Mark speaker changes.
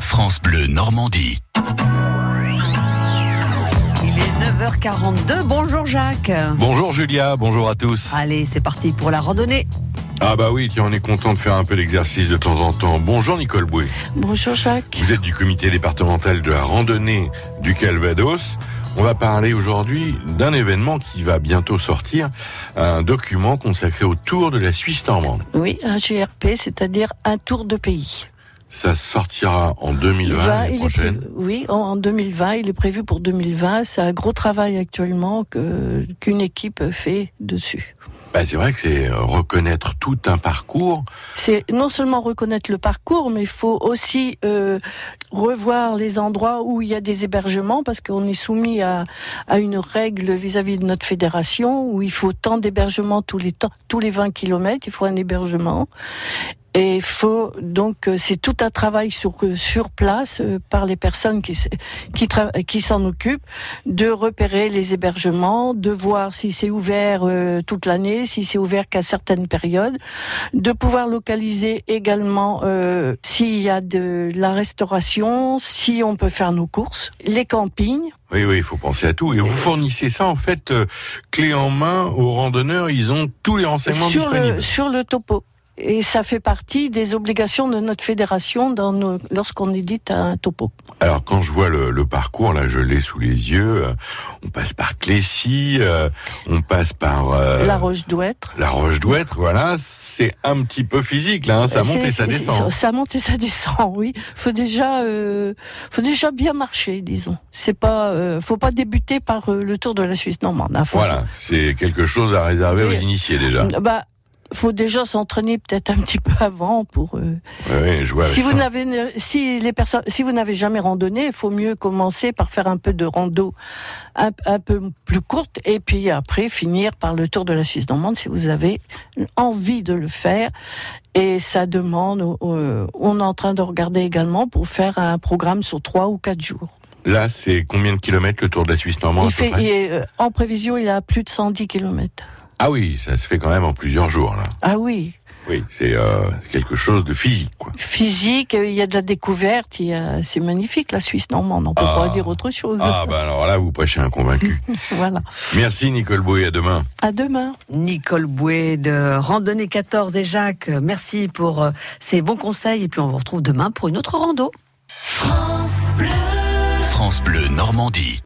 Speaker 1: France Bleu Normandie.
Speaker 2: Il est 9h42. Bonjour Jacques.
Speaker 3: Bonjour Julia, bonjour à
Speaker 4: Ah.
Speaker 3: tous.
Speaker 2: Allez, c'est parti pour la randonnée.
Speaker 3: Ah bah oui, tiens, on est content de faire un peu d'exercice de temps en temps. Bonjour Nicole Boué.
Speaker 4: Bonjour Jacques.
Speaker 3: Vous êtes du comité départemental de la randonnée du Calvados. On va parler aujourd'hui d'un événement qui va bientôt sortir, un document consacré au tour de la Suisse normande.
Speaker 4: Oui, un GRP, c'est-à-dire un tour de pays.
Speaker 3: Ça sortira en 2020,
Speaker 4: Va,
Speaker 3: l'année
Speaker 4: il est
Speaker 3: prochaine.
Speaker 4: prévu- oui, en- en 2020, il est prévu pour 2020. C'est un gros travail actuellement que- qu'une équipe fait dessus.
Speaker 3: Bah, c'est vrai que c'est euh, reconnaître tout un parcours.
Speaker 4: C'est non seulement reconnaître le parcours, mais il faut aussi euh, revoir les endroits où il y a des hébergements, parce qu'on est soumis à, à une règle vis-à-vis de notre fédération, où il faut tant d'hébergements tous les, temps, tous les 20 kilomètres, il faut un hébergement. Et il faut donc euh, c'est tout un travail sur euh, sur place euh, par les personnes qui s- qui tra- qui s'en occupent de repérer les hébergements, de voir si c'est ouvert euh, toute l'année, si c'est ouvert qu'à certaines périodes, de pouvoir localiser également euh, s'il y a de la restauration, si on peut faire nos courses, les campings.
Speaker 3: Oui, oui, il faut penser à tout. Et vous fournissez ça, en fait, euh, clé en main aux randonneurs. Ils ont tous les renseignements
Speaker 4: sur
Speaker 3: disponibles.
Speaker 4: le, sur le topo. Et ça fait partie des obligations de notre fédération dans nos- lorsqu'on édite un topo.
Speaker 3: Alors quand je vois le, le parcours, là je l'ai sous les yeux, euh, on passe par Clécy, euh, on passe par euh,
Speaker 4: La Roche d'Ouêtre.
Speaker 3: la Roche d'Ouêtre, voilà, c'est un petit peu physique là, hein, ça monte
Speaker 4: C'est-
Speaker 3: et ça
Speaker 4: c'est-
Speaker 3: descend.
Speaker 4: Ça monte et ça descend, oui. Faut déjà, euh, faut déjà bien marcher, disons. C'est pas, euh, faut pas débuter par euh, le tour de la Suisse normande. hein. Faut-
Speaker 3: Voilà, c'est quelque chose à réserver aux
Speaker 4: Oui.
Speaker 3: initiés déjà.
Speaker 4: Bah, faut déjà s'entraîner peut-être un petit peu avant pour. euh,
Speaker 3: Ouais, ouais, je vois
Speaker 4: si
Speaker 3: avec
Speaker 4: vous
Speaker 3: ça.
Speaker 4: n'avez, si les personnes, si vous n'avez jamais randonné, il faut mieux commencer par faire un peu de rando, un, un peu plus courte, et puis après finir par le tour de la Suisse normande si vous avez envie de le faire. Et ça demande, euh, on est en train de regarder également pour faire un programme sur trois ou quatre jours.
Speaker 3: Là c'est combien de kilomètres le tour de la Suisse normande
Speaker 4: il
Speaker 3: à peu
Speaker 4: fait,
Speaker 3: près
Speaker 4: il est, euh, en prévision, il a plus de 110 km.
Speaker 3: Ah oui, ça se fait quand même en plusieurs jours là.
Speaker 4: Ah oui,
Speaker 3: Oui, c'est euh, quelque chose de physique quoi.
Speaker 4: physique, euh, il y a de la découverte, il y a- c'est magnifique la Suisse normande, on peut
Speaker 3: Ah.
Speaker 4: pas dire autre chose.
Speaker 3: Ah bah alors là vous prêchez un convaincu.
Speaker 4: Voilà.
Speaker 3: Merci Nicole Bouy, à demain.
Speaker 4: À demain.
Speaker 2: Nicole Bouet de Randonnée 14 et Jacques, merci pour euh, ces bons conseils. Et puis on vous retrouve demain pour une autre rando.
Speaker 1: France Bleu Normandie.